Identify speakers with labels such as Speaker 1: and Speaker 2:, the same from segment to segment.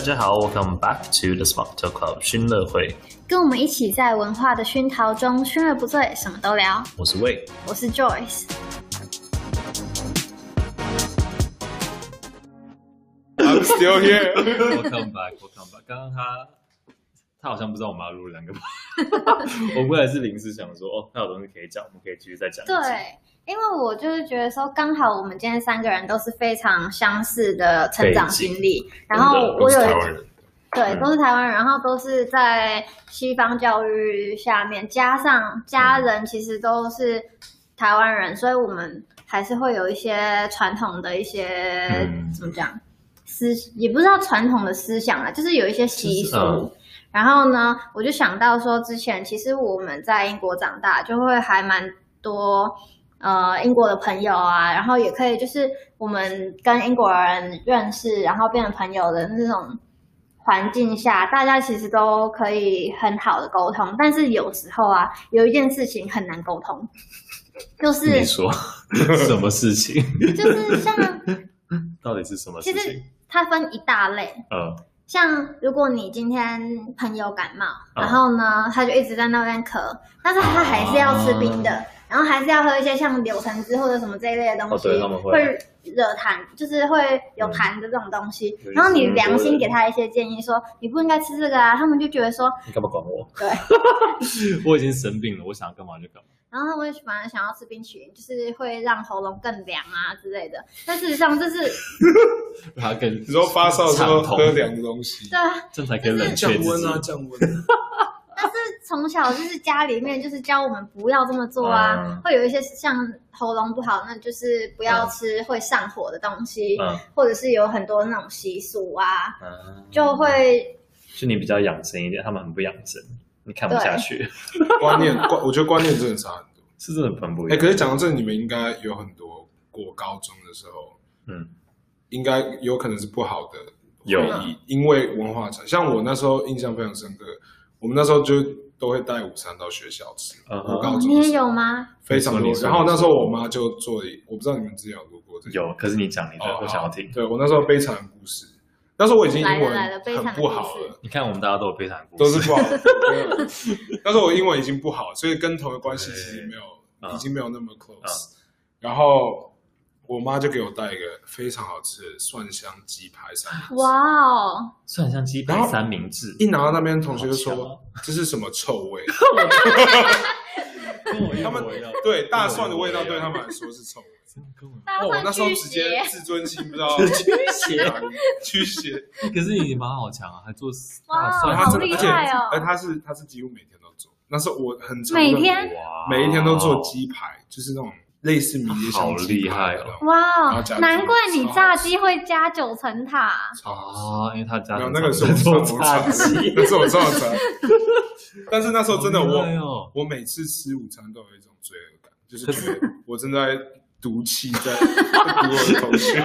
Speaker 1: 家好，Welcome back to the Smart Talk Club 熏乐会，
Speaker 2: 跟我们一起在文化的熏陶中，熏而不醉，什么都聊。
Speaker 1: 我是魏。
Speaker 2: 我是 Joyce，
Speaker 3: I'm still here。
Speaker 1: Welcome back，Welcome back。刚刚他他好像不知道我们要录两个吧？ 我们也是临时想说，哦，他有东西可以讲，我们可以继续再讲。
Speaker 2: 对，，因为我就是觉得说，刚好我们今天三个人都是非常相似的成长经历，然后我
Speaker 1: 我是
Speaker 2: 有
Speaker 1: 台湾人，
Speaker 2: 对
Speaker 1: 嗯
Speaker 2: 都是台湾人，然后都是在西方教育下面，加上家人其实都是台湾人，所以我们还是会有一些传统的一些、
Speaker 1: 嗯
Speaker 2: 怎么讲思，也不知道传统的思想啦，啊就是有一些习
Speaker 1: 就是
Speaker 2: 俗。
Speaker 1: 嗯
Speaker 2: 然后呢，我就想到说，之前其实我们在英国长大，就会还蛮多呃英国的朋友啊，然后也可以就是我们跟英国人认识，然后变成朋友的那种环境下，大家其实都可以很好的沟通。但是有时候啊，有一件事情很难沟通， 就是
Speaker 1: 你说 什么事情？
Speaker 2: 就是像
Speaker 1: 到底是什么事
Speaker 2: 其实
Speaker 1: 情？
Speaker 2: 它分一大类，
Speaker 1: 嗯，
Speaker 2: 像如果你今天朋友感冒，
Speaker 1: 嗯
Speaker 2: 然后呢，他就一直在那边咳，但是他还是要吃冰的，然后还是要喝一些像柳橙汁或者什么这一类的东西，
Speaker 1: 哦对他们会
Speaker 2: 会惹痰，就是会有痰的这种东西。
Speaker 1: 嗯
Speaker 2: 然后你良心给他一些建议说，你不应该吃这个啊，他们就觉得说，
Speaker 1: 你干嘛管我？
Speaker 2: 对，
Speaker 1: 我已经生病了，我想干嘛就干嘛。
Speaker 2: 然后他们啊反而想要吃冰淇淋，就是会让喉咙更凉啊之类的。但事实上这是
Speaker 1: 他跟
Speaker 3: 你说发烧的时候
Speaker 1: 畅通
Speaker 3: 喝凉的东西，
Speaker 2: 对啊，
Speaker 1: 这样才可以冷却自己。
Speaker 3: 降温。啊
Speaker 2: 从小就是家里面就是教我们不要这么做啊，
Speaker 1: 嗯
Speaker 2: 会有一些像喉咙不好，那就是不要吃会上火的东西，
Speaker 1: 嗯
Speaker 2: 或者是有很多那种习俗啊，
Speaker 1: 嗯，
Speaker 2: 就会
Speaker 1: 就你比较养生一点，他们很不养生，你看不下去，
Speaker 3: 观念观，我觉得观念真的差很多。
Speaker 1: 是真的很不一
Speaker 3: 哎，
Speaker 1: 样。
Speaker 3: 可是讲到这，你们应该有很多过高中的时候，
Speaker 1: 嗯，
Speaker 3: 应该有可能是不好的
Speaker 1: 有
Speaker 3: 回忆，因为文化差。像我那时候印象非常深刻，我们那时候就都会带午餐到学校吃，
Speaker 1: 嗯哼
Speaker 3: 我高中
Speaker 2: 你
Speaker 3: 的
Speaker 2: 也
Speaker 3: 时候
Speaker 2: 有吗？
Speaker 3: 非常
Speaker 1: 你
Speaker 3: 多。
Speaker 1: 说你说
Speaker 3: 然后那时候我妈就做了一，我不知道你们之前有录过这个，
Speaker 1: 有，可是你讲你的，
Speaker 3: 哦，
Speaker 1: 我想要听
Speaker 3: 好。对我那时候悲惨的故事，那时候我已经英
Speaker 2: 来了
Speaker 3: 文
Speaker 2: 来了悲惨
Speaker 3: 很
Speaker 2: 的
Speaker 3: 不好
Speaker 2: 故事
Speaker 3: 了。
Speaker 1: 你看，我们大家都有悲惨故
Speaker 3: 都
Speaker 1: 事，
Speaker 3: 是不好的。 对但是我英文已经不好，所以跟同学关系其实没
Speaker 1: 嗯
Speaker 3: 有，已经没有那么 close。然后我妈就给我带一个非常好吃的蒜香鸡排三明治，
Speaker 2: 哇哦，
Speaker 1: 蒜香鸡排三明治，
Speaker 3: 一拿到那边同学就
Speaker 1: 好强哦
Speaker 3: 说这是什么臭 味？
Speaker 1: 跟我一
Speaker 3: 他
Speaker 1: 模
Speaker 3: 们
Speaker 1: 一样，
Speaker 3: 对大蒜的味道对他们来说是臭味。
Speaker 1: 真的跟我一
Speaker 2: 大
Speaker 3: 哦，我
Speaker 2: 蒜
Speaker 3: 那时候
Speaker 2: 巨
Speaker 3: 直接
Speaker 2: 蟹，
Speaker 3: 自尊心不知 道
Speaker 1: 巨蟹，
Speaker 3: 驱邪，
Speaker 1: 样。可是你妈好强啊，还做
Speaker 2: 哇
Speaker 1: 大蒜，
Speaker 3: 然后他
Speaker 2: 好
Speaker 3: 真的，
Speaker 2: 厉
Speaker 3: 而且
Speaker 2: 害哦
Speaker 3: 而他是他是几乎每天都做，那时候我很常
Speaker 2: 每
Speaker 3: 问
Speaker 2: 天
Speaker 1: 哇
Speaker 3: 每一天都做，鸡排，就是那种类似迷迭香鸡排
Speaker 1: 好厉
Speaker 3: 的那种
Speaker 1: 害哦
Speaker 2: 哇
Speaker 3: 然后
Speaker 2: 哦
Speaker 3: 加，
Speaker 2: 难怪你炸
Speaker 3: 超好
Speaker 2: 鸡会加九层塔，
Speaker 3: 超好吃。
Speaker 1: 啊，因为他家
Speaker 3: 没有
Speaker 1: 很
Speaker 3: 那个是
Speaker 1: 常
Speaker 3: 我上
Speaker 1: 做
Speaker 3: 网查
Speaker 1: 炸鸡
Speaker 3: 的，，那是我上网查的。但是那时候真的
Speaker 1: 好厉害
Speaker 3: 我，
Speaker 1: 哦
Speaker 3: 我每次吃午餐都有一种罪恶感，就是觉得我正在毒气在毒我的同 学。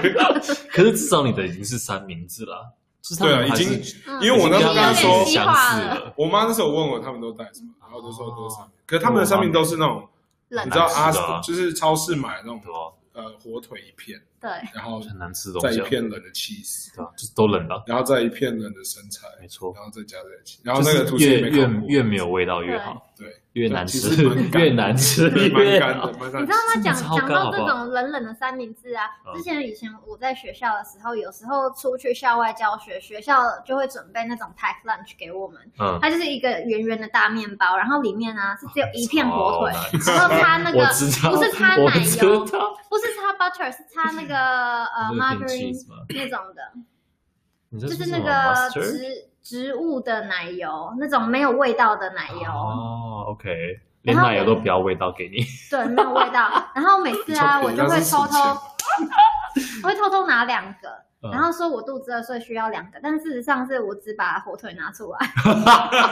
Speaker 1: 可是至少你的已经是三明治了，就是他
Speaker 3: 对啊，
Speaker 1: 们
Speaker 3: 已
Speaker 1: 还
Speaker 3: 经
Speaker 1: 是
Speaker 2: 嗯
Speaker 3: 因为我那时候跟他
Speaker 2: 有
Speaker 3: 说
Speaker 2: 点，西
Speaker 1: 相
Speaker 2: 化
Speaker 1: 似
Speaker 2: 了，
Speaker 1: 了，
Speaker 3: 我妈那时候问我他们都带什么，然后都说都是三明，可是他们
Speaker 1: 我
Speaker 3: 的
Speaker 1: 妈
Speaker 3: 三明都是那
Speaker 1: 哦
Speaker 3: 种，
Speaker 2: 冷
Speaker 1: 很
Speaker 3: 你知道
Speaker 1: 难
Speaker 3: 阿
Speaker 1: 吃的
Speaker 3: 斯
Speaker 1: 啊
Speaker 3: 就是超市买的那种
Speaker 1: 对啊，
Speaker 3: 呃火腿一片，
Speaker 2: 对，
Speaker 3: 然后
Speaker 1: 很难吃的东
Speaker 3: 再
Speaker 1: 西
Speaker 3: 一
Speaker 1: 啊，
Speaker 3: 片冷的 cheese，
Speaker 1: 对啊，就是都冷了，
Speaker 3: 然后再一片冷的生菜，
Speaker 1: 没错。
Speaker 3: 然后再加在一起，然后那个
Speaker 1: 就
Speaker 3: 吐
Speaker 1: 是
Speaker 3: 司
Speaker 1: 越
Speaker 3: 也没
Speaker 1: 越
Speaker 3: 烤过
Speaker 1: 越没有味道越好，
Speaker 3: 对，
Speaker 1: 越难吃
Speaker 3: 其实蛮干的
Speaker 1: 越难吃
Speaker 3: 对
Speaker 1: 越
Speaker 3: 蛮干
Speaker 1: 好
Speaker 3: 的，。蛮
Speaker 2: 你知
Speaker 3: 干的
Speaker 2: 道。吗？讲
Speaker 1: 超
Speaker 2: 讲
Speaker 1: 干
Speaker 2: 到
Speaker 1: 好
Speaker 2: 这
Speaker 1: 不好
Speaker 2: 种冷冷的三明治啊，
Speaker 1: 嗯
Speaker 2: 之前以前我在学校的时候，有时候出去校外教学，学校就会准备那种 pack lunch 给我们，
Speaker 1: 嗯，
Speaker 2: 它就是一个圆圆的大面包，然后里面呢、是只有一片火腿
Speaker 1: 超难，
Speaker 2: 然后它那个
Speaker 1: 我知道，
Speaker 2: 不是擦
Speaker 1: 我
Speaker 2: 奶
Speaker 1: 知
Speaker 2: 油，
Speaker 1: 道，
Speaker 2: 不是擦 butter，是擦那个呃 margarine
Speaker 1: 吗？
Speaker 2: 那种的，
Speaker 1: 你
Speaker 2: 就
Speaker 1: 这
Speaker 2: 是
Speaker 1: 什
Speaker 2: 那
Speaker 1: 么
Speaker 2: 个
Speaker 1: mustard？
Speaker 2: 植植物的奶油，那种没有味道的奶油。
Speaker 1: 哦，OK，连
Speaker 2: 然后
Speaker 1: 奶油都不要味道给你，
Speaker 2: 对，没有味道。 然后每次啊，我就会偷偷，我会偷偷拿两个，
Speaker 1: 嗯
Speaker 2: 然后说我肚子饿，所以需要两个。但事实上是我只把火腿拿出来，
Speaker 1: 嗯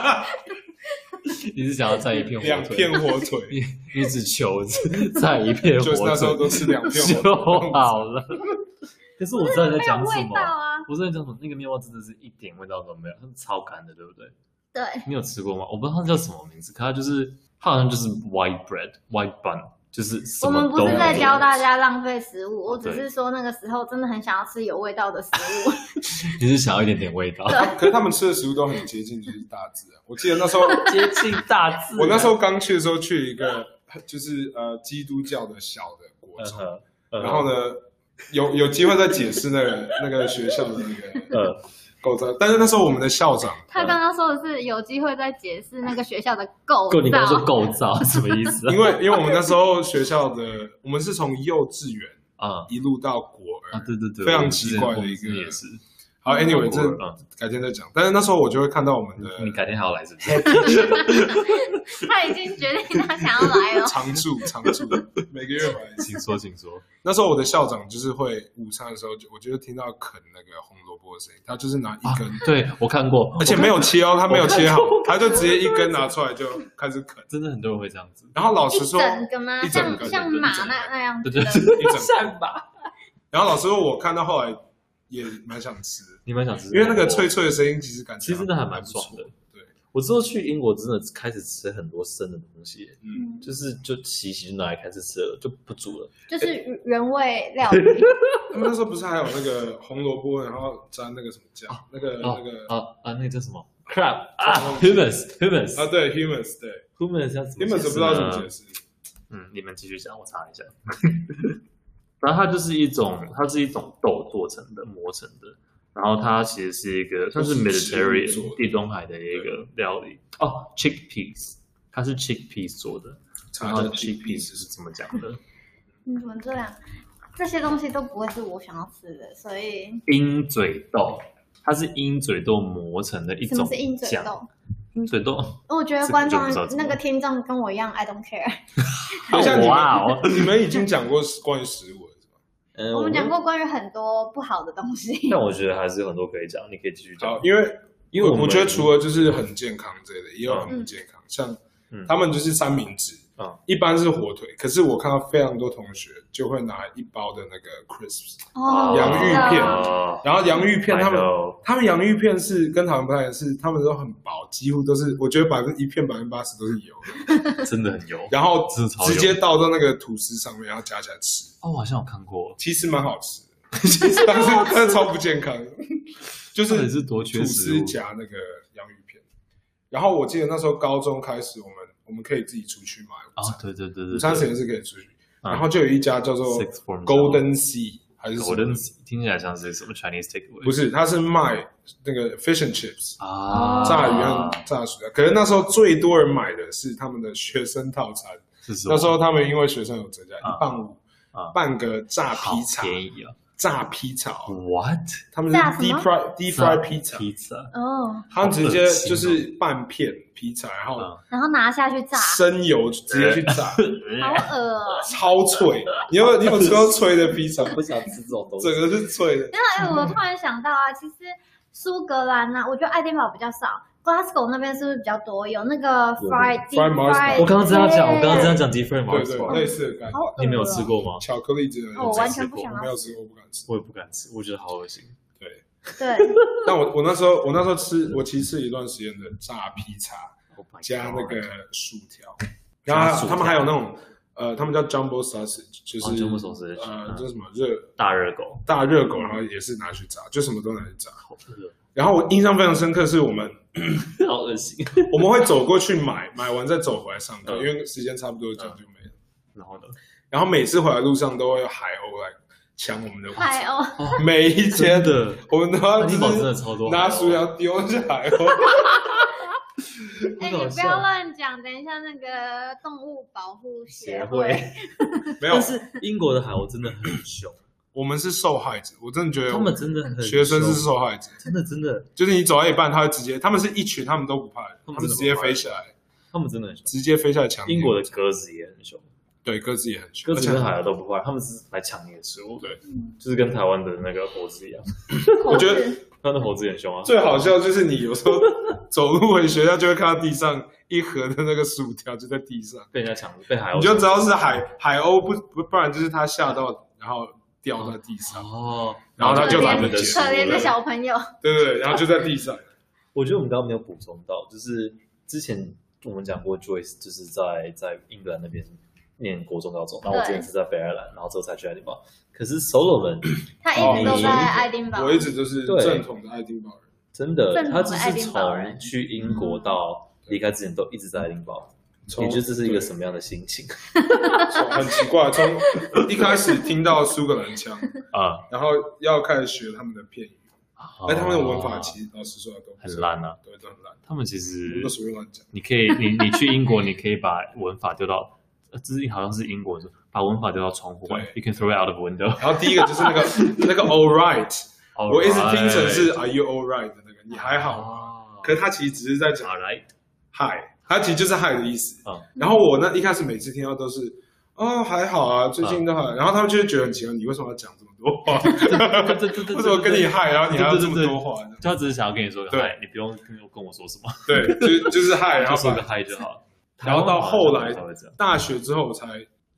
Speaker 1: 你是想要再一片
Speaker 3: 两
Speaker 1: 火腿
Speaker 3: 片，火 腿，
Speaker 1: 你你只求再一片
Speaker 3: 就是那
Speaker 1: 火
Speaker 3: 时
Speaker 1: 腿
Speaker 3: 候
Speaker 1: 哦
Speaker 3: 都吃两 片火
Speaker 1: 就
Speaker 3: 腿。
Speaker 1: 好 了。可是我知道你在
Speaker 2: 没有
Speaker 1: 讲什
Speaker 2: 味
Speaker 1: 么
Speaker 2: 道，啊。
Speaker 1: 我知道你在讲什么，那个面包真的是一点味道都没有，它是超干的，对不对？
Speaker 2: 对，
Speaker 1: 你有吃过吗？我不知道它叫什么名字，可它就是它好像就是 white bread white bun，就是什
Speaker 2: 我
Speaker 1: 么
Speaker 2: 们
Speaker 1: 都
Speaker 2: 不是
Speaker 1: 没
Speaker 2: 在
Speaker 1: 有
Speaker 2: 教大家浪费食物，我只
Speaker 1: 对
Speaker 2: 是说那个时候真的很想要吃有味道的食 物。
Speaker 1: 你是想要一点点味道，
Speaker 2: 啊
Speaker 3: 可是他们吃的食物都很接近，就是大自然。我记得那时候，
Speaker 1: 接近大自然。
Speaker 3: 我那时候刚去的时候，去一个就是呃基督教的小的国
Speaker 1: 嗯
Speaker 3: 中，
Speaker 1: 哼，嗯哼
Speaker 3: 然后呢，有有机会再解释那个那个学校的那个
Speaker 1: 呃，
Speaker 3: 构造。但是那时候我们的校长，
Speaker 2: 他
Speaker 1: 嗯
Speaker 2: 刚刚说的是有机会再解释那个学校的构
Speaker 1: 够你刚刚说
Speaker 2: 造，
Speaker 1: 构造什么意思啊
Speaker 3: 因为因为我们那时候学校的，我们是从幼稚园
Speaker 1: 啊？
Speaker 3: 一路到国
Speaker 1: 啊，
Speaker 3: 儿。
Speaker 1: 对对对，
Speaker 3: 非常
Speaker 1: 我们之前
Speaker 3: 奇怪的
Speaker 1: 我们
Speaker 3: 一
Speaker 1: 之前
Speaker 3: 个
Speaker 1: 也是。
Speaker 3: 好，anyway，这
Speaker 1: 嗯，
Speaker 3: 改天再讲。但是那时候我就会看到我们的。
Speaker 1: 你改天还要来是不是？
Speaker 2: 他已经决定他想要来了
Speaker 3: 常驻常驻，每个月回来一次。
Speaker 1: 请说，请说。
Speaker 3: 那时候我的校长就是会午餐的时候，就我就听到啃那个红萝卜的声音，他就是拿一根，
Speaker 1: 啊对我看过，
Speaker 3: 而且没有切哦，他没有切好
Speaker 1: 我，
Speaker 3: 他就直接一根拿出来就开始啃。
Speaker 1: 真的很多人会这样子。
Speaker 3: 然后 老
Speaker 2: 一
Speaker 3: 师说，
Speaker 2: 整个吗？
Speaker 3: 一整
Speaker 2: 像
Speaker 3: 个
Speaker 2: 像
Speaker 1: 对
Speaker 2: 马
Speaker 1: 一整个
Speaker 2: 那那样子
Speaker 1: 对
Speaker 2: 的
Speaker 1: 对，
Speaker 3: 一整
Speaker 1: 对，
Speaker 3: 个
Speaker 1: 善吧。
Speaker 3: 然后老师说我看到后来也蛮想吃，
Speaker 1: 你蛮想吃，
Speaker 3: 因为那个脆，脆的声音其实感觉
Speaker 1: 其实真的还蛮爽
Speaker 3: 不
Speaker 1: 的
Speaker 3: 错。对，
Speaker 1: 我之后去英国真的开始吃很多生的东西，
Speaker 3: 嗯，
Speaker 1: 就是就洗洗就拿来开始吃了，就不煮了。
Speaker 2: 就是原味料理。
Speaker 3: 他们那时候不是还有那个红萝卜，然后沾那个什么酱，那个那
Speaker 1: 哦
Speaker 3: 个
Speaker 1: 啊啊，那个叫什么？crab 啊，humans，humans
Speaker 3: 啊，对，humans 对
Speaker 1: humans 要怎么
Speaker 3: ，humans 不知道怎么
Speaker 1: 解释呢
Speaker 3: 解释，
Speaker 1: 嗯，你们继续讲，我查一下。 然后它就是一种，它是一种豆做成的、磨成的。然后它其实是一个算是
Speaker 3: 就是植物做
Speaker 1: Mediterranean
Speaker 3: 的
Speaker 1: 地中海的一个料理哦，chickpeas，它是 chickpeas 做的。然
Speaker 3: 查
Speaker 1: 后
Speaker 3: 一下
Speaker 1: chickpeas 是
Speaker 3: chickpeas
Speaker 1: 怎么讲的？
Speaker 2: 你嗯怎么这样？这些东西都不会是我想要吃的，所以
Speaker 1: 鹰嘴豆，它是鹰嘴豆磨成的一
Speaker 2: 什么
Speaker 1: 种
Speaker 2: 是鹰嘴
Speaker 1: 酱。
Speaker 2: 豆？
Speaker 1: 鹰嘴豆，
Speaker 2: 我觉得
Speaker 1: 这个
Speaker 2: 观
Speaker 1: 就
Speaker 2: 众
Speaker 1: 不知道怎么
Speaker 2: 那个听众跟我一样，I don't care。
Speaker 3: 好像你
Speaker 1: 哇哦！
Speaker 3: 们你们已经讲过关于食物了，是吧？
Speaker 1: 嗯
Speaker 2: 我们讲，过关于很多不好的东 西，
Speaker 1: 但我觉得还是有很多可以讲，你可以继续讲
Speaker 3: 好，。因为
Speaker 1: 因为
Speaker 3: 我
Speaker 1: 们
Speaker 3: 觉得除了就是很健康之类的，也有很不健康，像
Speaker 1: 嗯
Speaker 3: 他们就是三明治
Speaker 1: 嗯，
Speaker 3: 一般是火腿，可是我看到非常多同学就会拿一包的那个 crisps，
Speaker 2: 哦，呃我
Speaker 3: 洋芋
Speaker 2: 知道
Speaker 3: 片
Speaker 1: 哦
Speaker 3: 然后洋芋片他们
Speaker 1: I know
Speaker 3: 他们洋芋片是跟台湾不太一样，是他们都很薄，几乎都是我觉得百分之一片百分之八十都是油的，
Speaker 1: 真的很油。
Speaker 3: 然后
Speaker 1: 真的超油
Speaker 3: 直接倒到那个吐司上面，然后夹起来吃，
Speaker 1: 哦，我好像有看过，
Speaker 3: 其实蛮好吃的，但是但是超不健康，就
Speaker 1: 到底
Speaker 3: 是
Speaker 1: 是多缺
Speaker 3: 吐
Speaker 1: 食
Speaker 3: 司
Speaker 1: 物？
Speaker 3: 夹那个洋芋片。然后我记得那时候高中开始，我们我们可以自己出去买
Speaker 1: 啊
Speaker 3: 午餐，，
Speaker 1: 对对对对，
Speaker 3: 午餐时
Speaker 1: 对
Speaker 3: 间是可以出去，
Speaker 1: 嗯
Speaker 3: 然后就有一家叫做
Speaker 1: Six Form
Speaker 3: Golden Sea 还是什么
Speaker 1: Golden Sea，听起来像是什么 Chinese takeaway？
Speaker 3: 不是，它是卖那个 fish and chips，
Speaker 1: 啊，
Speaker 3: 炸鱼和炸薯条。可是那时候最多人买的是他们的学生套餐，
Speaker 1: 是什么？
Speaker 3: 那时候他们因为学生有折价，
Speaker 1: 啊
Speaker 3: 一磅五
Speaker 1: 啊，
Speaker 3: 半个炸
Speaker 1: 好
Speaker 3: 披萨，
Speaker 1: 便宜啊
Speaker 3: 炸披萨哦，
Speaker 1: ！What？
Speaker 3: 他们是
Speaker 2: 炸什么
Speaker 3: deep fry deep fry 披萨，
Speaker 1: pizza
Speaker 2: 哦，
Speaker 3: 他们直接
Speaker 1: 好恶心哦
Speaker 3: 就是半片披萨，然后
Speaker 1: 啊
Speaker 2: 然后拿下去炸，
Speaker 3: 生油直接去炸，
Speaker 2: 好恶哦。
Speaker 3: 超脆。你有你有吃过脆的披萨 吗？
Speaker 1: 想吃这种东
Speaker 3: 整个是脆的，
Speaker 2: 那哎，我突然想到啊，其实苏格兰呐、我觉得爱丁堡比较少，Glasgow 那边是不是比较多？有那个
Speaker 1: 有
Speaker 2: fried
Speaker 3: fried marshmallow
Speaker 1: 我刚刚这样讲，我刚刚这样讲 different
Speaker 3: 对对，类
Speaker 1: marks，
Speaker 3: 似的感觉
Speaker 2: 好。恶、哦，
Speaker 1: 你没有吃？过吗？
Speaker 3: 巧克力之类的，
Speaker 2: 哦，我完全不
Speaker 1: 我
Speaker 2: 想
Speaker 3: 我没
Speaker 2: 要
Speaker 3: 有
Speaker 2: 吃。
Speaker 3: 吃过，
Speaker 1: 我也
Speaker 3: 我不敢吃。
Speaker 1: 不敢吃，我觉得好恶心。
Speaker 3: 对，
Speaker 2: 对，
Speaker 3: 但我我那时候我那时候吃我其实吃了一段时间的炸披萨
Speaker 1: Oh my
Speaker 3: 加那
Speaker 1: God
Speaker 3: 个薯条，然
Speaker 1: 加
Speaker 3: 后还
Speaker 1: 薯条
Speaker 3: 有他们还有那种呃，他们叫 jumbo sausage，就
Speaker 1: 哦
Speaker 3: 是、
Speaker 1: jumbo sausage，
Speaker 3: 呃，
Speaker 1: 嗯
Speaker 3: 就是什么热
Speaker 1: 大热狗，
Speaker 3: 大热狗，然后也是拿去炸，就什么都拿去炸。
Speaker 1: 好饿，
Speaker 3: 然后我印象非常深刻是我们
Speaker 1: 好恶心。
Speaker 3: 我们会走过去买，买完再走回来上课，
Speaker 1: 嗯
Speaker 3: 因为时间差不多这样就没了。
Speaker 1: 然后呢？
Speaker 3: 然后每次回来路上都会有海鸥来抢我们的午
Speaker 2: 海
Speaker 3: 餐，
Speaker 2: 鸥，
Speaker 3: 每一天
Speaker 1: 真的，
Speaker 3: 我们都要
Speaker 1: 爱丁堡真的
Speaker 3: 就是
Speaker 1: 超多海鸥，
Speaker 3: 拿薯条丢哦那些 海鸥。
Speaker 2: 哎、
Speaker 1: 搞
Speaker 2: 你不
Speaker 1: 笑
Speaker 2: 要乱讲，等一下那个动物保护协
Speaker 1: 协
Speaker 2: 会
Speaker 1: 会。
Speaker 3: 没有
Speaker 1: 但，是英国的海鸥真的很凶，
Speaker 3: 我们是受害者，我真的觉得
Speaker 1: 他们真的很
Speaker 3: 学生是
Speaker 1: 凶
Speaker 3: 受害者，
Speaker 1: 真的真的，
Speaker 3: 就是你走到一半，他会直接，他们是一群，他们都不怕人，
Speaker 1: 他
Speaker 3: 他
Speaker 1: 们
Speaker 3: 们
Speaker 1: 真的不怕人
Speaker 3: 直接飞下来，
Speaker 1: 他们真的很凶。
Speaker 3: 直接飞下来抢你
Speaker 1: 英国的鸽子也很凶，
Speaker 3: 对鸽子也很凶，
Speaker 1: 鸽
Speaker 3: 而
Speaker 1: 子
Speaker 3: 且
Speaker 1: 跟海鸥都不坏，他们是来抢你的食物，
Speaker 3: 对，
Speaker 1: 就是跟台湾的那个猴子一样，
Speaker 3: 我觉得
Speaker 1: 他的猴子也很凶啊。
Speaker 3: 最好笑就是你有时候走路回学校就会看到地上一盒的那个薯条就在地上，
Speaker 1: 被人家抢，被海鸥
Speaker 3: 你就知道是海海鸥不不，不然就是他吓到然后掉在地上，
Speaker 1: 哦，
Speaker 3: 然后他就
Speaker 2: 可
Speaker 3: 把
Speaker 2: 怜
Speaker 3: 你的食
Speaker 2: 可怜的小朋友，
Speaker 3: 对对对，然后就在地上，
Speaker 1: 我觉得我们刚刚没有补充到，就是之前我们讲过 Joyce，就是在在英格兰那边念国中、高中，然后我之
Speaker 2: 对
Speaker 1: 前是在北爱尔兰，然后之后才去爱丁堡。可是 solo 人
Speaker 2: 他一直都
Speaker 1: 哦
Speaker 2: 在爱丁堡。
Speaker 3: 我一直都是
Speaker 1: 对
Speaker 3: 正统的爱丁堡人。
Speaker 1: 真的
Speaker 2: 正，
Speaker 1: 他只
Speaker 2: 统的爱
Speaker 1: 是
Speaker 2: 丁堡人嗯
Speaker 1: 从去英国到离开之前都一直在爱丁堡。
Speaker 3: 从
Speaker 1: 你觉得这是一个什么样的心情
Speaker 3: 从很奇怪，从一开始听到苏格兰腔，
Speaker 1: 啊？
Speaker 3: 然后要开始学他们的片语，哎，他们的文法其实老实说都不是
Speaker 1: 哦很烂啊，
Speaker 3: 对，都很烂，
Speaker 1: 他们其
Speaker 3: 我
Speaker 1: 实
Speaker 3: 们都随便乱讲。
Speaker 1: 你可以，你你去英国，你可以把文法丢到，呃，这是好像是英国，就把文法丢到窗户外，You
Speaker 3: 对
Speaker 1: can throw it out of window。
Speaker 3: 然后第一个就是那个那个 all right，我一直听成是 Are you all right 的那个，你还好吗？啊
Speaker 1: 好
Speaker 3: 可是他其实只是在讲
Speaker 1: All right，
Speaker 3: 嗨，他其实就是嗨的意思。
Speaker 1: 嗯
Speaker 3: 然后我那一开始每次听到都是。哦，还好啊，最近都还。
Speaker 1: 嗯
Speaker 3: 然后他们就会觉得很奇怪，你为什么要讲这么多 话？
Speaker 1: 对对对对，
Speaker 3: 为什么跟你
Speaker 1: 对？
Speaker 3: 嗨，然后你还要这么
Speaker 1: 对对对
Speaker 3: 多话？
Speaker 1: 就他只是想要跟你说个
Speaker 3: 对
Speaker 1: 嗨，你不用跟跟我说什么，
Speaker 3: 对，就就是嗨，然
Speaker 1: 就
Speaker 3: 后
Speaker 1: 说
Speaker 3: 把
Speaker 1: 个嗨就好了。
Speaker 3: 然后到后来
Speaker 1: 才会这样，
Speaker 3: 大学之后，我才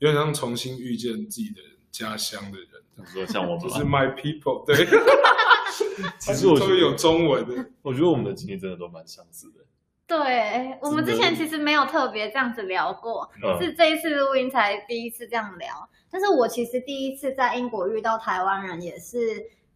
Speaker 3: 有点像重新遇见自己的家乡的人，
Speaker 1: 你说像我
Speaker 3: 就
Speaker 1: 们
Speaker 3: 是
Speaker 1: 吧，
Speaker 3: my people。对，
Speaker 1: 其实我觉
Speaker 3: 终于有
Speaker 1: 得，
Speaker 3: 中文的，
Speaker 1: 我觉得我们的经历真的都蛮相似的。
Speaker 2: 对，我们之前其实没有特别这样子聊过，
Speaker 1: 嗯，
Speaker 2: 是这一次录音才第一次这样聊。但是我其实第一次在英国遇到台湾人，也是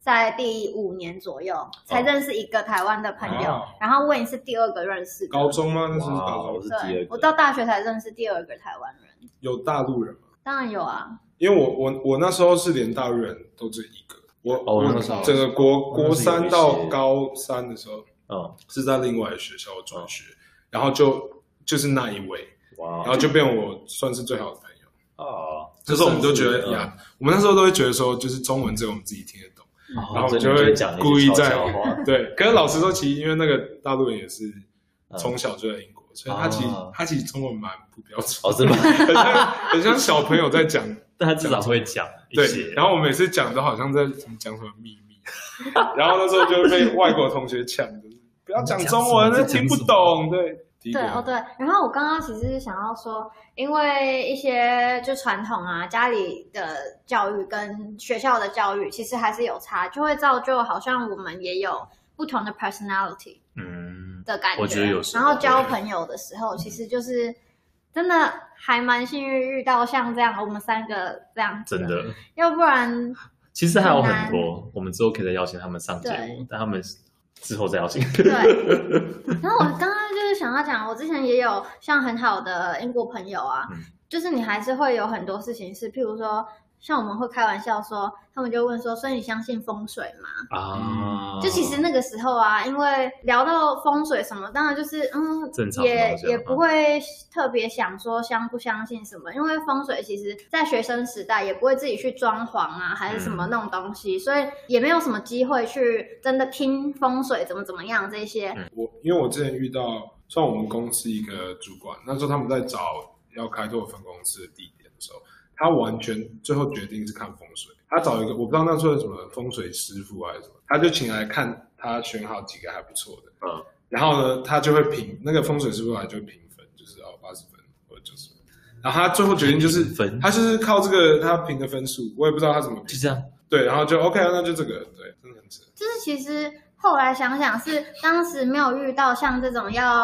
Speaker 2: 在第五年左右才认识一个台湾的朋友，
Speaker 3: 哦
Speaker 2: 然后我也是第二个认识的。
Speaker 3: 高中吗？那是高
Speaker 1: 哇，我
Speaker 3: 中
Speaker 1: 是第二
Speaker 2: 对，我
Speaker 1: 个，
Speaker 2: 到大学才认识第二个台湾人。
Speaker 3: 有大陆人吗？
Speaker 2: 当然有啊，
Speaker 3: 因为我我我那时候是连大陆人都只有一个，我
Speaker 1: 哦
Speaker 3: 我
Speaker 1: 那时候哦
Speaker 3: 整个国
Speaker 1: 那
Speaker 3: 国
Speaker 1: 时候有一些
Speaker 3: 三到高三的时候
Speaker 1: 嗯，
Speaker 3: 是在另外学校转学，
Speaker 1: 哦
Speaker 3: 然后就就是那一位，然
Speaker 1: 哇
Speaker 3: 后就变我算是最好的朋友。
Speaker 1: 啊，
Speaker 3: 这时候我们都觉得
Speaker 1: 嗯
Speaker 3: 呀，我们那时候都会觉得说，就是中文只有我们自己听得 懂。
Speaker 1: 然
Speaker 3: 然后我们
Speaker 1: 就
Speaker 3: 就会
Speaker 1: 讲
Speaker 3: 故意在
Speaker 1: 悄悄话
Speaker 3: 对，可是老实说，其实因为那个大陆人也是
Speaker 1: 嗯
Speaker 3: 从小就在英国，所以他其实
Speaker 1: 啊
Speaker 3: 他其实中文蛮不 标准，
Speaker 1: 哦，真 的吗，
Speaker 3: 很像很像小朋友在讲。
Speaker 1: 但他至少会讲一
Speaker 3: 对，
Speaker 1: 些。
Speaker 3: 然后我每次讲都好像在什么讲什么秘密，然后那时候就被外国同学抢着，不要讲中文，
Speaker 1: 你
Speaker 3: 那
Speaker 1: 讲什么
Speaker 3: 听不懂。对，第一个
Speaker 2: 对哦对，然后我刚刚其实是想要说，因为一些就传统啊，家里的教育跟学校的教育其实还是有差，就会造就好像我们也有不同的 personality
Speaker 1: 嗯，
Speaker 2: 的感
Speaker 1: 我觉得有时
Speaker 2: 然
Speaker 1: 候
Speaker 2: 后交朋友的时候，其实就是真的还蛮幸运遇到像这样我们三个这样子
Speaker 1: 真
Speaker 2: 的，
Speaker 1: 的。
Speaker 2: 要不 然
Speaker 1: 其实还有很多，我们之后可以再邀请他们上节目，但他们之后再邀 请。
Speaker 2: 对，然后我刚刚就是想要讲，我之前也有像很好的英国朋友啊，
Speaker 1: 嗯
Speaker 2: 就是你还是会有很多事情是，譬如说，像我们会开玩笑说，他们就问说，所以你相信风水吗？
Speaker 1: 啊，
Speaker 2: 就其实那个时候啊，因为聊到风水什么，当然就是嗯
Speaker 1: 正，常的
Speaker 2: 也
Speaker 1: 东西啊
Speaker 2: 也不会特别想说相不相信什么，因为风水其实在学生时代也不会自己去装潢啊，还是什么
Speaker 1: 嗯
Speaker 2: 那种东西，所以也没有什么机会去真的听风水怎么怎么样这些。
Speaker 1: 嗯
Speaker 3: 我因为我之前遇到，算我们公司一个主管，那时候他们在找要开拓分公司的地点的时候，他完全最后决定是看风水。他找一个我不知道那时候有什么风水师傅啊还是什么，他就请来看他选好几个还不错的，
Speaker 1: 嗯，
Speaker 3: 然后呢，他就会评那个风水师傅来就会评分，就是哦八十分或者九十分，然后他最后决定就是
Speaker 1: 评分
Speaker 3: 他就是靠这个他评的分数，我也不知道他怎么
Speaker 1: 就
Speaker 3: 评，
Speaker 1: 这样。
Speaker 3: 对，然后就 OK，那就这个，对，真的很扯，
Speaker 2: 就是其实后来想想，是当时没有遇到像这种要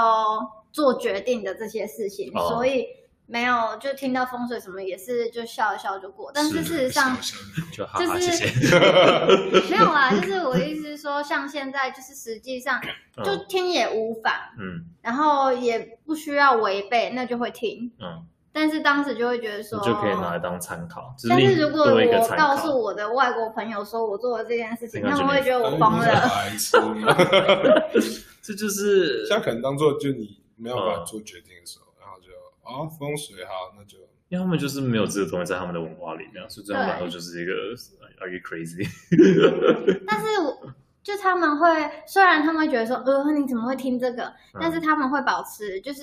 Speaker 2: 做决定的这些事情，
Speaker 1: 哦
Speaker 2: 所以没有就听到风水什么也是就笑一笑就过。但是
Speaker 1: 是
Speaker 2: 事实上
Speaker 3: 小小的
Speaker 1: 就哈哈，
Speaker 2: 就
Speaker 1: 谢
Speaker 2: 是
Speaker 1: 谢。
Speaker 2: 没有啦，就是我的意思是说，像现在就是实际上 就
Speaker 1: 嗯
Speaker 2: 听也无妨，
Speaker 1: 嗯
Speaker 2: 然后也不需要违背，那就会听。
Speaker 1: 嗯，
Speaker 2: 但是当时就会觉得
Speaker 1: 你
Speaker 2: 说，
Speaker 1: 就可以拿来当参考，就
Speaker 2: 但
Speaker 1: 另
Speaker 2: 是如果
Speaker 1: 多一个
Speaker 2: 我
Speaker 1: 参
Speaker 2: 告
Speaker 1: 考。
Speaker 2: 诉我的外国朋友说我做了这件事情，
Speaker 1: 那
Speaker 2: 他
Speaker 1: 就
Speaker 2: 们会觉得我
Speaker 3: 你
Speaker 2: 疯
Speaker 3: 是
Speaker 2: 了。
Speaker 3: 白痴。
Speaker 1: 这就是
Speaker 3: 现在可能当做就你没有办法做决定的时候，然后就哦风水好，那就
Speaker 1: 因为他们就是没有这个东西在他们的文化里面，所以对他们来说
Speaker 2: 对
Speaker 1: 就是一个 Are you crazy？嗯
Speaker 2: 但是我就他们会，虽然他们会觉得说，呃，你怎么会听这个？
Speaker 1: 嗯
Speaker 2: 但是他们会保持，就是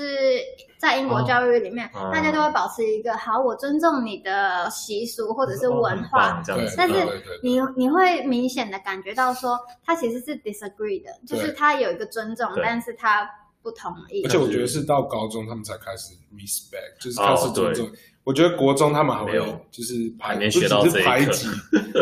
Speaker 2: 在英国教育里面，
Speaker 1: 哦
Speaker 2: 大家都会保持一个好，我尊重你的习俗 或者是文
Speaker 1: 哦很
Speaker 2: 化。
Speaker 1: 棒这样
Speaker 3: 对
Speaker 1: 子，，
Speaker 2: 但是
Speaker 3: 对对对
Speaker 2: 你你会明显的感觉到说，他其实是 disagree 的，就是他有一个尊重，
Speaker 1: 对
Speaker 2: 但是他不同意
Speaker 3: 而。且我觉得是到高中他们才开始 respect，就是
Speaker 1: 哦
Speaker 3: 开始尊重。我觉得国中他们还
Speaker 1: 没有
Speaker 3: 会就是排
Speaker 1: 还，没学到
Speaker 3: 就只
Speaker 1: 这
Speaker 3: 是
Speaker 1: 一课
Speaker 3: 排挤，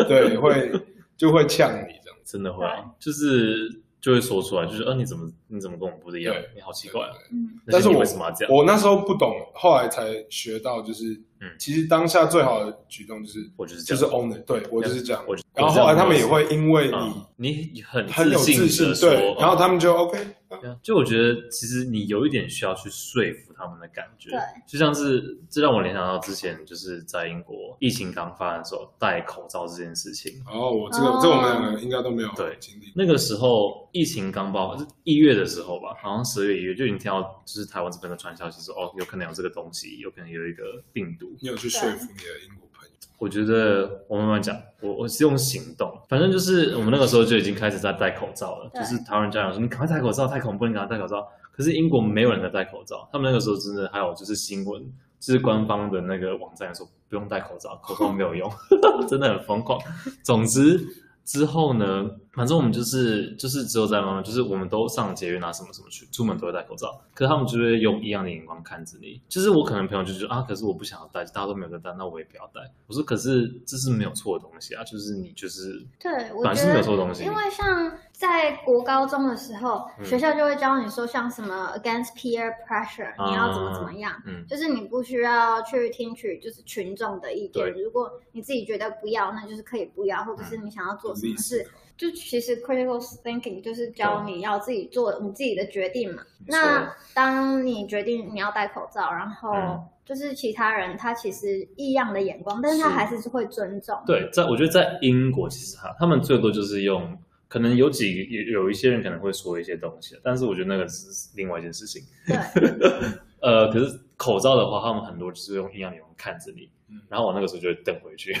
Speaker 3: 对，会就会呛你这样子。
Speaker 1: 真的会啊，就是就会说出来，就是呃你怎么你怎么跟我不一样
Speaker 3: 对，
Speaker 1: 你好奇怪啊，
Speaker 3: 对
Speaker 2: 嗯，
Speaker 1: 那
Speaker 3: 但是
Speaker 1: 你
Speaker 3: 我
Speaker 1: 为什么要这样？
Speaker 3: 我那时候不懂，后来才学到，就是
Speaker 1: 嗯
Speaker 3: 其实当下最好的举动就是
Speaker 1: 我就是这
Speaker 3: 就
Speaker 1: 样
Speaker 3: 是 own it，对我就是这样
Speaker 1: 我就。
Speaker 3: 然后后来他们也会因为你
Speaker 1: 嗯你你很
Speaker 3: 很有
Speaker 1: 自
Speaker 3: 自
Speaker 1: 信
Speaker 3: 信
Speaker 1: 的，说，嗯
Speaker 3: 对，然后他们就 OK，
Speaker 1: 对啊就我觉得，其实你有一点需要去说服他们的感觉，
Speaker 2: 对，
Speaker 1: 就像是这让我联想到之前就是在英国疫情刚发的时候戴口罩这件事情。
Speaker 3: 哦，我这个、
Speaker 2: 哦
Speaker 3: 这我们两个应该都没有
Speaker 1: 对
Speaker 3: 经历过。
Speaker 1: 那个时候疫情刚爆，是一月的时候吧，好像十月一月就已经听到，就是台湾这边的传消息说，哦，有可能有这个东西，有可能有一个病毒。
Speaker 3: 你有去说服你的英国朋友？
Speaker 1: 我觉得我慢慢讲，我我是用行动，反正就是我们那个时候就已经开始在戴口罩了，
Speaker 2: 对
Speaker 1: 就是台湾人家长说你赶快戴口罩，太恐怖，你赶快戴口罩。可是英国没有人在戴口罩，他们那个时候真的还有就是新闻，就是官方的那个网站说不用戴口罩，口罩没有用， 真的很疯狂。总之之后呢，反正我们就是就是只有在慢慢，就是我们都上节约啊拿什么什么去，出门都会戴口罩。可是他们就会用异样的眼光看着你。就是我可能朋友就觉得啊，可是我不想要戴，大家都没有在戴，那我也不要戴。我说可是这是没有错的东西啊，就是你就是
Speaker 2: 对，我
Speaker 1: 本来
Speaker 2: 觉
Speaker 1: 是没有
Speaker 2: 得
Speaker 1: 错的东西
Speaker 2: 因。为像在国高中的时候，
Speaker 1: 嗯
Speaker 2: 学校就会教你说，像什么 against peer pressure，、
Speaker 1: 啊
Speaker 2: 你要怎么怎么样，
Speaker 1: 嗯，
Speaker 2: 就是你不需要去听取就是群众的意见。
Speaker 1: 对嗯
Speaker 2: 如果你自己觉得不要，那就是可以不要，或者是你想要做什
Speaker 3: 独
Speaker 2: 么
Speaker 3: 立思
Speaker 2: 事，
Speaker 3: 考
Speaker 2: 就其实 critical thinking 就是教你要自己做你自己的决定嘛。
Speaker 1: 啊没错
Speaker 2: 那当你决定你要戴口罩，然
Speaker 1: 嗯
Speaker 2: 后就是其他人他其实异样的眼光，但是他
Speaker 1: 是
Speaker 2: 还是会尊重。
Speaker 1: 对，在我觉得在英国其实哈，他们最多就是用，可能有几有有一些人可能会说一些东西，啊但是我觉得那个是另外一件事情。
Speaker 2: 对，
Speaker 1: 呃，可是口罩的话，他们很多就是用异样眼光看着你，
Speaker 3: 嗯
Speaker 1: 然后我那个时候就会瞪回去，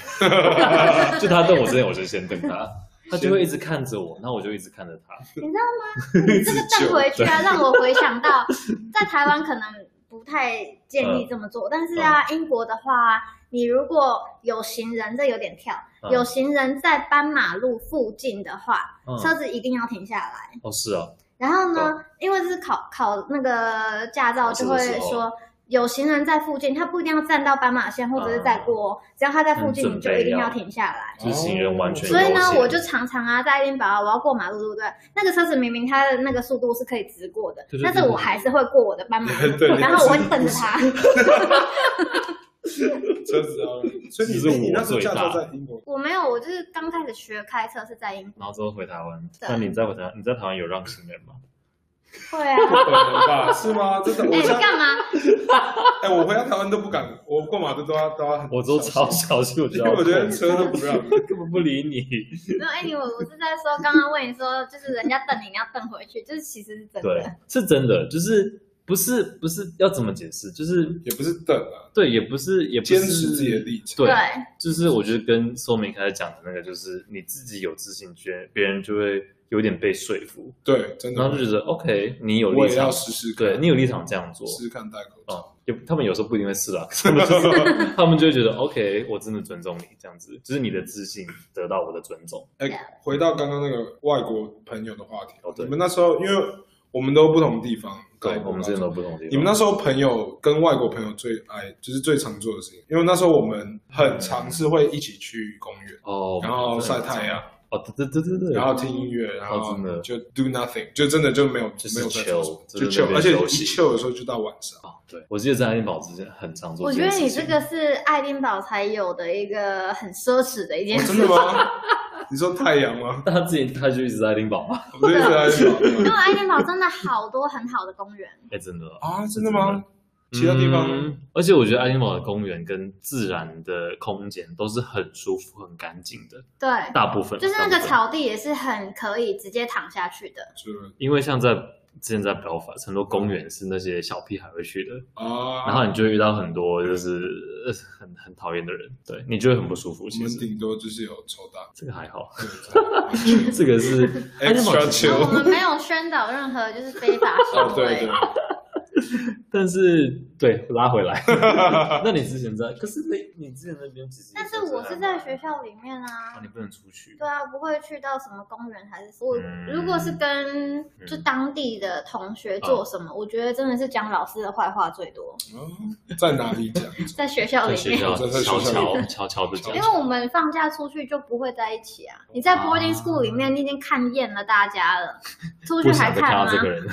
Speaker 1: 就他瞪我之前，我就先瞪 他，他就会一直看着我，那我就一直看着他。
Speaker 2: 这个带回去啊，让我回想到在台湾可能不太建
Speaker 1: 嗯
Speaker 2: 议这么做，但是啊，英国的话，你如果有行人，这有点跳，
Speaker 1: 嗯
Speaker 2: 有行人在斑马路附近的话，
Speaker 1: 嗯
Speaker 2: 车子一定要停下来。
Speaker 1: 哦，是啊，
Speaker 2: 然后呢，因为这是考考那个驾照，就会
Speaker 1: 考试的时候
Speaker 2: 说。有行人在附近，他不一定要站到斑马线或者是在过哦，只要他在附近，
Speaker 1: 嗯
Speaker 2: 你
Speaker 1: 准
Speaker 2: 就
Speaker 1: 备
Speaker 2: 一定
Speaker 1: 要
Speaker 2: 要停下来。
Speaker 1: 就是行人完全
Speaker 3: 哦
Speaker 2: 所以呢
Speaker 1: 悠，闲
Speaker 2: 我就常常啊，在一丁堡啊我要过马路，对不对？那个车子明明它的那个速度是可以直过的，
Speaker 1: 对对对
Speaker 2: 但是我还是会过我的斑马
Speaker 3: 对
Speaker 2: 路，然后我会瞪着它。
Speaker 3: 车子啊，所以你
Speaker 1: 只是我
Speaker 3: 你那时候
Speaker 1: 最
Speaker 3: 驾
Speaker 1: 大
Speaker 3: 照在英国，
Speaker 2: 我没有，我就是刚开始学开车是在英
Speaker 1: 然后之后回台湾，
Speaker 2: 对
Speaker 1: 那你在回台湾，你在台湾有让行人吗？
Speaker 2: 国，会啊。
Speaker 3: 不可能吧？是吗？真的，
Speaker 2: 哎，
Speaker 3: 我
Speaker 2: 你
Speaker 3: 现在
Speaker 2: 干嘛？
Speaker 3: 哎，我回到台湾都不敢，我过马路都要都要很
Speaker 1: 我都
Speaker 3: 小
Speaker 1: 超
Speaker 3: 心，
Speaker 1: 小心，我觉
Speaker 3: 因
Speaker 1: 得
Speaker 3: 为
Speaker 1: 好
Speaker 3: 我觉得
Speaker 1: 恐怖
Speaker 3: 车都不让。
Speaker 1: 根本不理你。
Speaker 2: 没有，哎，你我我是在说，刚刚问你说，就是人家瞪你，你要瞪回去，就是其实是真
Speaker 1: 对
Speaker 2: 的。，
Speaker 1: 是真的，就是不是不是要怎么解释，就是
Speaker 3: 也不是等啊，
Speaker 1: 对，也不是也不是
Speaker 3: 坚持自己的立
Speaker 1: 对
Speaker 3: 场。
Speaker 2: 对，
Speaker 1: 就是我觉得跟说明开始讲的那个，就是你自己有自信，觉得别人就会有点被说服，
Speaker 3: 对，真
Speaker 1: 然后
Speaker 3: 的，
Speaker 1: 就觉得 OK，你有
Speaker 3: 嗯我
Speaker 1: 立
Speaker 3: 也要
Speaker 1: 场，
Speaker 3: 试试看，
Speaker 1: 对你有立场这样做，
Speaker 3: 试试看戴口罩。
Speaker 1: 哦、就他们有时候不一定会试啊，可是他们就是 他们就会觉得 OK，我真的尊重你这样子，就是你的自信得到我的尊重，
Speaker 3: 哎、
Speaker 2: Yeah
Speaker 3: 回到刚刚那个外国朋友的话题，
Speaker 1: 哦对
Speaker 3: 你们那时候因为我们都不同地方，
Speaker 1: 对
Speaker 3: 高，中
Speaker 1: 我们之间都不同的地方，
Speaker 3: 你们那时候朋友跟外国朋友最爱就是最常做的事情，因为那时候我们很尝试会一起去公园，
Speaker 1: 哦，
Speaker 3: 然后晒太阳，
Speaker 1: 哦，对对对对对，
Speaker 3: 然后听音乐，然
Speaker 1: 哦
Speaker 3: 后
Speaker 1: 真的
Speaker 3: 就 do nothing，就真的就没有
Speaker 1: 就是
Speaker 3: 没有在做什么
Speaker 1: chill，
Speaker 3: 就
Speaker 1: 就在那
Speaker 3: chill，
Speaker 1: 边
Speaker 3: 而且
Speaker 1: 休
Speaker 3: 一
Speaker 1: 息
Speaker 3: chill 的时候就到晚上。
Speaker 1: 哦，对，我记得在爱丁堡之间很常做
Speaker 2: 我
Speaker 1: 件事
Speaker 2: 觉
Speaker 1: 情，
Speaker 2: 得你这个是爱丁堡才有的一个很奢侈的一件
Speaker 3: 哦
Speaker 2: 事
Speaker 3: 真 的吗？你说太阳吗？
Speaker 1: 那他自己他就一直在爱丁堡吗？
Speaker 3: 我就一直在想
Speaker 2: 因为爱丁堡真的好多很好的公园，
Speaker 1: 哎，真的哦
Speaker 3: 啊，真的吗？其他地方
Speaker 1: 嗯而且我觉得爱丁堡的公园跟自然的空间都是很舒服、很干净的，
Speaker 2: 对，
Speaker 1: 大部分
Speaker 2: 就是那个，
Speaker 1: 大部分
Speaker 2: 草地也是很可以直接躺下去的。
Speaker 3: 就
Speaker 1: 因为像在之前在 Belfast，很多公园是那些小屁孩会去的，
Speaker 3: 啊，
Speaker 1: 然后你就会遇到很多就是呃很很讨厌的人，对你就会很不舒服。
Speaker 3: 我
Speaker 1: 其
Speaker 3: 们
Speaker 1: 实
Speaker 3: 顶多就是有抽大
Speaker 1: 这个还好，
Speaker 3: 对真的
Speaker 1: 这个是 爱丁堡
Speaker 3: extra
Speaker 1: 其实
Speaker 3: chill
Speaker 2: 哦我。们没有宣导任何就是非法
Speaker 3: 哦，
Speaker 2: 行
Speaker 3: 对对
Speaker 2: 为。，
Speaker 1: 但是对拉回 来，那你之前在，可是你你之前那边其实也
Speaker 2: 但是
Speaker 1: 算
Speaker 2: 我是
Speaker 1: 还
Speaker 2: 在
Speaker 1: 蛮
Speaker 2: 学校里面
Speaker 1: 啊，
Speaker 2: 啊
Speaker 1: 你，不能出去，
Speaker 2: 对啊，不会去到什么公园还是什么我
Speaker 1: 嗯
Speaker 2: 如果是跟就当地的同学
Speaker 1: 哦
Speaker 2: 做什么，我觉得真的是讲老师的坏话最多，
Speaker 3: 哦在哪里讲？
Speaker 2: 在学校
Speaker 1: 在
Speaker 2: 里
Speaker 1: 学
Speaker 2: 面。
Speaker 1: 校
Speaker 3: 在在学
Speaker 1: 悄
Speaker 3: 校
Speaker 1: 悄悄悄的讲
Speaker 2: 啊因。为我们放假出去就不会在一起啊！你
Speaker 1: 哦
Speaker 2: 在 boarding school 里面，你已经看厌了大家了，出去
Speaker 1: 不
Speaker 2: 还
Speaker 1: 想再看到
Speaker 2: 看吗
Speaker 1: 这？个人，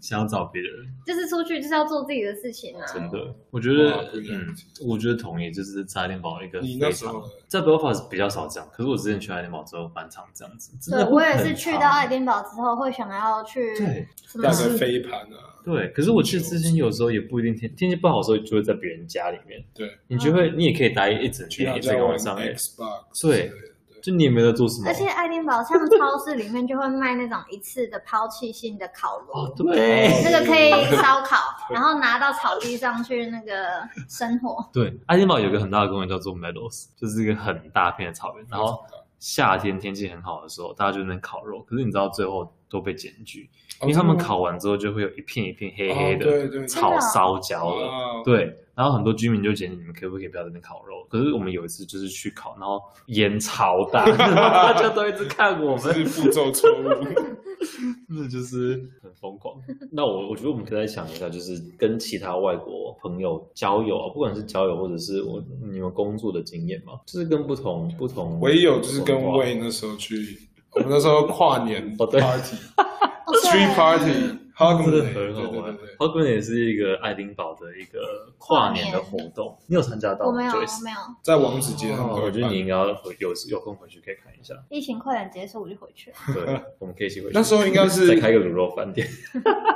Speaker 1: 想要找别人。
Speaker 2: 就是出去就是要做自己的事事情啊。
Speaker 1: 真的，我觉得
Speaker 3: 哇不一，样
Speaker 1: 嗯，我觉得同意，就是差点堡一个
Speaker 3: 你
Speaker 1: 非
Speaker 3: 那时候
Speaker 1: 常，在 Belfast 比较少这样，可是我之前去爱丁堡之后，蛮常这样子。真
Speaker 2: 对
Speaker 1: 的，
Speaker 2: 我也
Speaker 1: 会
Speaker 2: 是
Speaker 1: 很
Speaker 2: 去
Speaker 1: 长
Speaker 2: 到爱丁堡之后，会想要去
Speaker 1: 对
Speaker 2: 什么
Speaker 3: 带个飞盘啊，
Speaker 1: 对，可是我去之前有时候也不一定天天气不好的时候，就会在别人家里面，
Speaker 3: 对，
Speaker 1: 你就
Speaker 2: 嗯
Speaker 1: 会你也可以待一整
Speaker 3: 去
Speaker 1: 天
Speaker 3: 他
Speaker 1: 一整
Speaker 3: 家
Speaker 1: 个
Speaker 3: 玩
Speaker 1: 晚上，哎，
Speaker 3: Xbox，
Speaker 1: 对
Speaker 3: 之类的，对
Speaker 1: 就你也没得做什么
Speaker 2: 而。且爱丁堡像超市里面就会卖那种一次的抛弃性的烤炉，
Speaker 1: 哦，对
Speaker 2: 那个可以烧烤，然后拿到草地上去那个生火。
Speaker 1: 对，爱丁堡有个很大的公园叫做 Meadows，就是一个很大片的草原，然后夏天天气很好的时候，大家就能烤肉，可是你知道最后都被检举，因为他们烤完之后就会有一片一片黑黑
Speaker 3: 哦
Speaker 1: 的
Speaker 3: 对对，哦
Speaker 1: 草烧焦了。
Speaker 3: 了，
Speaker 1: 对，然后很多居民就检举你们可不可以不要在那边烤肉？可是我们有一次就是去烤，然后烟超大，然 后大家都一直看我
Speaker 3: 这
Speaker 1: 们，
Speaker 3: 是步骤错 误，
Speaker 1: 那就是 很疯狂。那我我觉得我们可以再想一下，就是跟其他外国朋友交友啊，不管是交友或者是我你们工作的经验嘛，就是跟不同不同文化。
Speaker 3: 唯一有就是跟魏那时候去，我们那时候跨年
Speaker 1: 哦对
Speaker 3: party，street
Speaker 2: 哦对
Speaker 3: party，哈根
Speaker 1: 真的
Speaker 3: 对
Speaker 1: 很好
Speaker 3: 对
Speaker 1: 玩
Speaker 3: 对对。
Speaker 1: h o g w a 也是一个爱丁堡的一个跨年的活动，你有参加到
Speaker 2: 我
Speaker 1: 吗
Speaker 2: 没有，啊我
Speaker 1: Joyce？
Speaker 2: 没有，
Speaker 3: 在王子街上
Speaker 1: 哦
Speaker 3: 都
Speaker 1: 我
Speaker 3: 会
Speaker 1: 觉得
Speaker 3: 办
Speaker 1: 你应该要回有有空回去可以看 一下。
Speaker 2: 疫情快点结束我就回去了。
Speaker 1: 对，我们可以一起回去。
Speaker 3: 那时候应该是
Speaker 1: 再开个卤肉饭
Speaker 2: 呃
Speaker 1: 店。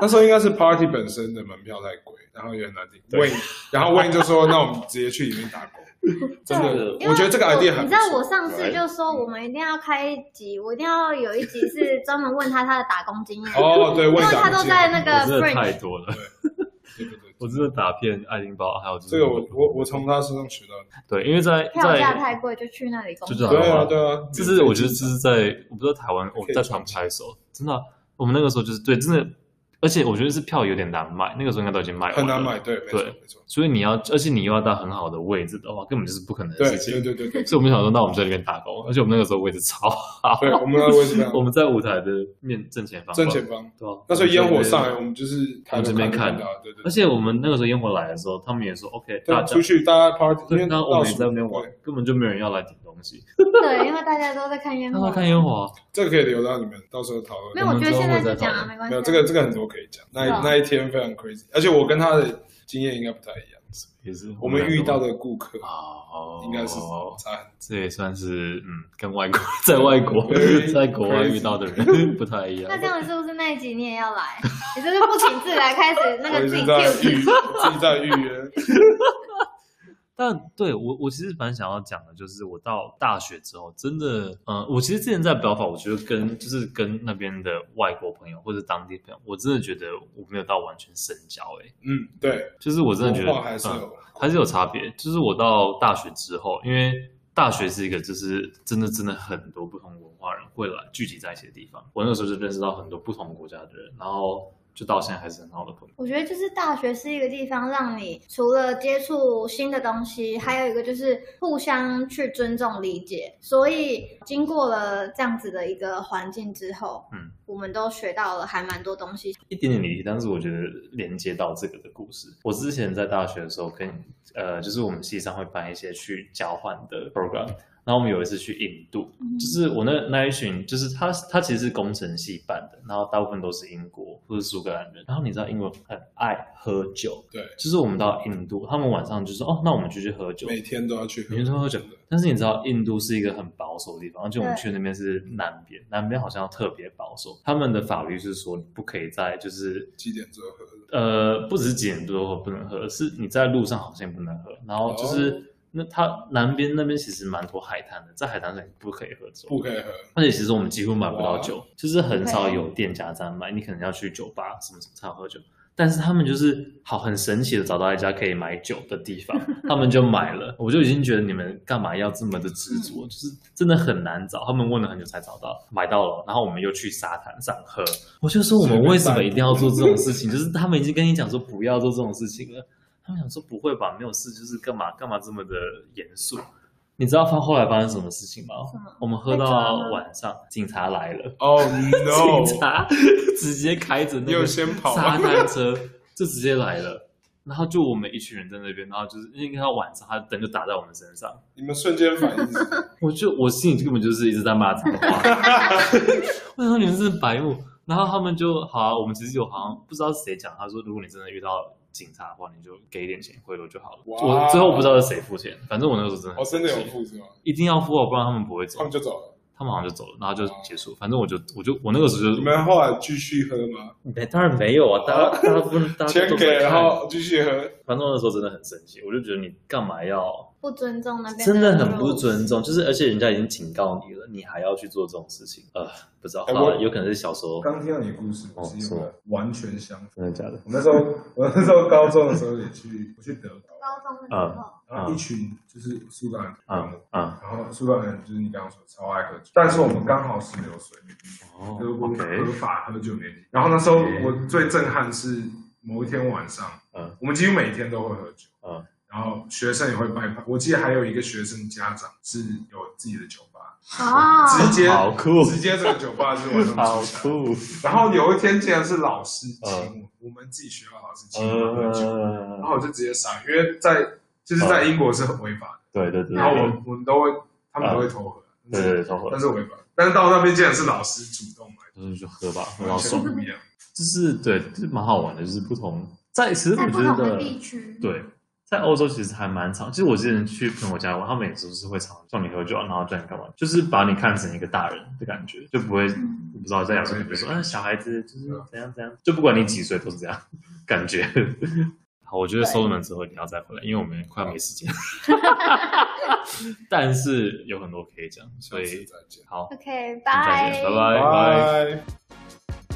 Speaker 3: 那时候应该是 party 本身的门票太贵，然后也很难订。
Speaker 1: 对
Speaker 3: 魏，然后魏就 说：“那我们直接去里面打工。”真的，
Speaker 2: 因为
Speaker 3: 我觉得这个 idea 很
Speaker 2: 你
Speaker 3: 不
Speaker 2: 知道
Speaker 3: 错
Speaker 2: 我上次就说
Speaker 3: 嗯
Speaker 2: 我们一定要开一集，我一定要有一集是专门问他他的打工经验，
Speaker 3: 哦，对，
Speaker 2: 因
Speaker 3: 魏
Speaker 2: 为
Speaker 3: 长
Speaker 2: 他都在那
Speaker 1: 我
Speaker 2: 个
Speaker 1: 真的太
Speaker 2: French。
Speaker 1: 多了，
Speaker 3: 对对对，
Speaker 1: 我真的打遍爱丁堡，还有就是
Speaker 3: 这个我我我从他身上学到的。
Speaker 1: 对，因为在
Speaker 2: 票价
Speaker 1: 在
Speaker 2: 太贵，就去那里工
Speaker 1: 就这
Speaker 2: 作。
Speaker 1: 样
Speaker 3: 对啊对啊，
Speaker 1: 这是我觉得这是在我不知道台湾我
Speaker 3: 可以
Speaker 1: 在船拍的时候，真的啊我们那个时候就是对，真的，而且我觉得是票有点难买，那个时候应该都已经卖完了
Speaker 3: 很难买，，对，没错
Speaker 1: 对
Speaker 3: 没错，
Speaker 1: 所以你要，而且你又要到很好的位置的话，根本就是不可能的
Speaker 3: 对
Speaker 1: 事
Speaker 3: 对
Speaker 1: 情。
Speaker 3: 对对对
Speaker 1: 所以我们想说，那我们在那边打工，而且我们那个时候位置超好，
Speaker 3: 对，我们的位置
Speaker 1: 我们在舞台的面正前方吧，
Speaker 3: 正前方。
Speaker 1: 对啊
Speaker 3: 那时候烟火上来，
Speaker 1: 对
Speaker 3: 我们就是
Speaker 1: 我
Speaker 3: 抬
Speaker 1: 们
Speaker 3: 头
Speaker 1: 这边
Speaker 3: 看
Speaker 1: 看
Speaker 3: 到，对对
Speaker 1: 而
Speaker 3: 对。
Speaker 1: 且我们那个时候烟火来的时候，他们也说 OK，大
Speaker 3: 对，啊
Speaker 1: 家
Speaker 3: 出去大家 party，因
Speaker 1: 对，
Speaker 3: 为
Speaker 1: 那我
Speaker 3: 倒
Speaker 1: 们
Speaker 3: 数
Speaker 1: 在那边玩
Speaker 3: 对，
Speaker 1: 根本就没有人要来点东西。
Speaker 2: 对，因为大家都在看烟
Speaker 1: 那
Speaker 2: 火
Speaker 1: 他。看烟火啊，
Speaker 3: 这个可以留到你们到时候讨论。
Speaker 2: 没有，我觉得现在就讲
Speaker 1: 我们之后会再讨论
Speaker 2: 啊，没关
Speaker 3: 没
Speaker 2: 系
Speaker 3: 有
Speaker 2: 啊。
Speaker 3: 这个这个很多可以讲。那一
Speaker 2: 是啊
Speaker 3: 那一天非常 crazy，而且我跟他的经验应该不太一样。
Speaker 1: 也是
Speaker 3: 我们遇到
Speaker 1: 的
Speaker 3: 的顾客
Speaker 1: 哦，
Speaker 3: 应该是差很
Speaker 1: 这也算是嗯，跟外国在外国
Speaker 3: Very
Speaker 1: 在国外
Speaker 3: crazy
Speaker 1: 遇到的人 不太一样
Speaker 2: 那。这样是不是那一集你也要来？ 你就是不请自来，开始那
Speaker 3: 我
Speaker 2: 个
Speaker 3: 一
Speaker 2: 自
Speaker 3: 直
Speaker 2: 己
Speaker 3: 在
Speaker 2: Q 自己。
Speaker 3: 预自己在预约，
Speaker 1: 但对我我其实蛮想要讲的，就是我到大学之后，真的嗯，我其实之前在表法，我觉得跟就是跟那边的外国朋友或者当地朋友，我真的觉得我没有到完全深交诶、欸
Speaker 3: 嗯，对，
Speaker 1: 就是我真的觉
Speaker 3: 文
Speaker 1: 得
Speaker 3: 化还是
Speaker 1: 嗯
Speaker 3: 有，
Speaker 1: 还是有差别。就是我到大学之后，因为大学是一个就是真的真的很多不同文化人会来聚集在一起的地方，我那个时候就认识到很多不同国家的人，然后就到现在还是很好的朋友。
Speaker 2: 我觉得就是大学是一个地方，让你除了接触新的东西，还有一个就是互相去尊重理解。所以经过了这样子的一个环境之后，
Speaker 1: 嗯，
Speaker 2: 我们都学到了还蛮多东西。
Speaker 1: 一点点离题，但是我觉得连接到这个的故事。我之前在大学的时候跟呃，就是我们系上会办一些去交换的 program，然后我们有一次去印度，就是我那那一群，就是他他其实是工程系办的，然后大部分都是英国或是苏格兰人，然后你知道英国很爱喝酒，
Speaker 3: 对，
Speaker 1: 就是我们到印度，他们晚上就说哦，那我们就去喝酒，
Speaker 3: 每天都要去喝，
Speaker 1: 每天都喝酒
Speaker 3: 真的。
Speaker 1: 但是你知道，印度是一个很保守的地方，而且我们去那边是南边，南边好像特别保守。他们的法律是说，你不可以在就是
Speaker 3: 几点之后喝？
Speaker 1: 呃，不止几点多喝不能喝，是你在路上好像也不能喝。然后就是、
Speaker 3: 哦
Speaker 1: 那它南边那边其实蛮多海滩的，在海滩上你不可以喝酒，
Speaker 3: 不可以喝，
Speaker 1: 而且其实我们几乎买不到
Speaker 3: 哇
Speaker 1: 酒，就是很少有店家在卖，你可能要去酒吧什么什么才有喝酒。但是他们就是好很神奇的找到一家可以买酒的地方，他们就买了。我就已经觉得你们干嘛要这么的执着，就是真的很难找。他们问了很久才找到，买到了，然后我们又去沙滩上喝。我就说我们为什么一定要做这种事情？就是他们已经跟你讲说不要做这种事情了，他们想说不会吧，没有事，就是干嘛干嘛这么的严肃？你知道发后来发生什么事情吗
Speaker 2: 什么？
Speaker 1: 我们喝
Speaker 2: 被抓
Speaker 1: 到
Speaker 2: 吗
Speaker 1: 晚上，警察来了，
Speaker 3: 哦
Speaker 1: 警
Speaker 3: no，
Speaker 1: 察直接开着那
Speaker 3: 你有
Speaker 1: 个
Speaker 3: 先跑
Speaker 1: 沙
Speaker 3: 吗？
Speaker 1: 滩车就直接来了，然后就我们一群人在那边，然后就是因为他晚上他灯就打在我们身上，
Speaker 3: 你们瞬间反应是什么，
Speaker 1: 我就我心里根本就是一直在骂脏话， 我想说你们是白目。然后他们就好、啊，我们其实有好像不知道是谁讲，他说如果你真的遇到警察的话，你就给一点钱贿赂就好了。
Speaker 4: 哇
Speaker 1: 我最后不知道是谁付钱，反正我那时候真的
Speaker 4: 哦，真的有
Speaker 1: 很气
Speaker 4: 付是吗？
Speaker 1: 一定要付哦，不然他们不会走
Speaker 4: 他，们就走了。
Speaker 1: 他们好像就走了，然后就结束。反正我就我就我那个时候
Speaker 4: 你
Speaker 1: 就
Speaker 4: 们后来继续喝吗？
Speaker 1: 没当然没有啊，大家大家不大家
Speaker 4: 钱
Speaker 1: 都
Speaker 4: 给，
Speaker 1: 在
Speaker 4: 然
Speaker 1: 看。
Speaker 4: 后继续喝。
Speaker 1: 反正我那时候真的很生气，我就觉得你干嘛要
Speaker 2: 不尊重那边
Speaker 1: 真的很不
Speaker 2: rules
Speaker 1: 尊重，就是而且人家已经警告你了，你还要去做这种事情，呃，不知道，
Speaker 4: 哎
Speaker 1: 好了
Speaker 4: 我
Speaker 1: 有可能是小时候，
Speaker 3: 刚听到你的故事，我
Speaker 1: 哦
Speaker 3: 是有
Speaker 1: 是吗
Speaker 3: 个完全相反。
Speaker 1: 真的假的？
Speaker 3: 我那时候， 我那时候高中的时候也去，我去德国，
Speaker 2: 高中的时候，
Speaker 3: 然后一群就是苏格兰人，
Speaker 1: 啊啊
Speaker 3: 然后苏格兰人就是你刚刚说超爱喝酒，但是我们刚好是流水，
Speaker 1: 哦
Speaker 3: 德国
Speaker 1: ，OK，
Speaker 3: 合法喝酒年龄。然后那时候我最震撼是某一天晚上，
Speaker 1: 嗯
Speaker 3: 我们几乎每天都会喝酒，
Speaker 1: 嗯
Speaker 3: 然后学生也会拜访。我记得还有一个学生家长是有自己的酒吧，
Speaker 1: 嗯
Speaker 2: 哦，
Speaker 3: 直接
Speaker 1: 好酷，
Speaker 3: 直接这个酒吧是晚上
Speaker 1: 好
Speaker 3: 出产。
Speaker 1: 酷，
Speaker 3: 然后有一天竟然是老师请
Speaker 1: 嗯
Speaker 3: 我，我们自己学校老师请我们喝酒，
Speaker 1: 呃
Speaker 3: 然，后我就直接傻，因为在就是
Speaker 1: 嗯
Speaker 3: 在英国是很违法
Speaker 1: 对对对，
Speaker 3: 的，然后我我们都会他们都会偷喝，
Speaker 1: 嗯对对对，超好
Speaker 3: 但，是违法。但是到那边竟然是老师主动来，
Speaker 1: 就是就喝吧，很好
Speaker 3: 完全
Speaker 1: 爽，
Speaker 3: 不一样。
Speaker 1: 就是对，就是蛮好玩的，就是不同，在其实
Speaker 2: 在
Speaker 1: 我
Speaker 2: 不
Speaker 1: 觉
Speaker 2: 同
Speaker 1: 得
Speaker 2: 的地区，
Speaker 1: 对，在欧洲其实还蛮常。其实我之前去朋友家玩，他们也都是会常叫你喝酒啊，然后叫你干嘛，就是把你看成一个大人的感觉，就不会、
Speaker 2: 嗯
Speaker 1: 我不知道在亚洲人就说，
Speaker 3: 对
Speaker 1: 啊，小孩子就是怎样怎样，就不管你几岁都是这样感觉。 好，我觉得
Speaker 2: 对
Speaker 1: 收了门之后你要再回来，因为我们快要没时 间。但是有很多可以讲，所
Speaker 3: 下 次
Speaker 1: 以
Speaker 3: 再见。
Speaker 1: 好，
Speaker 2: ，OK，
Speaker 1: 再
Speaker 2: 拜
Speaker 1: 见，拜拜拜。
Speaker 4: 拜。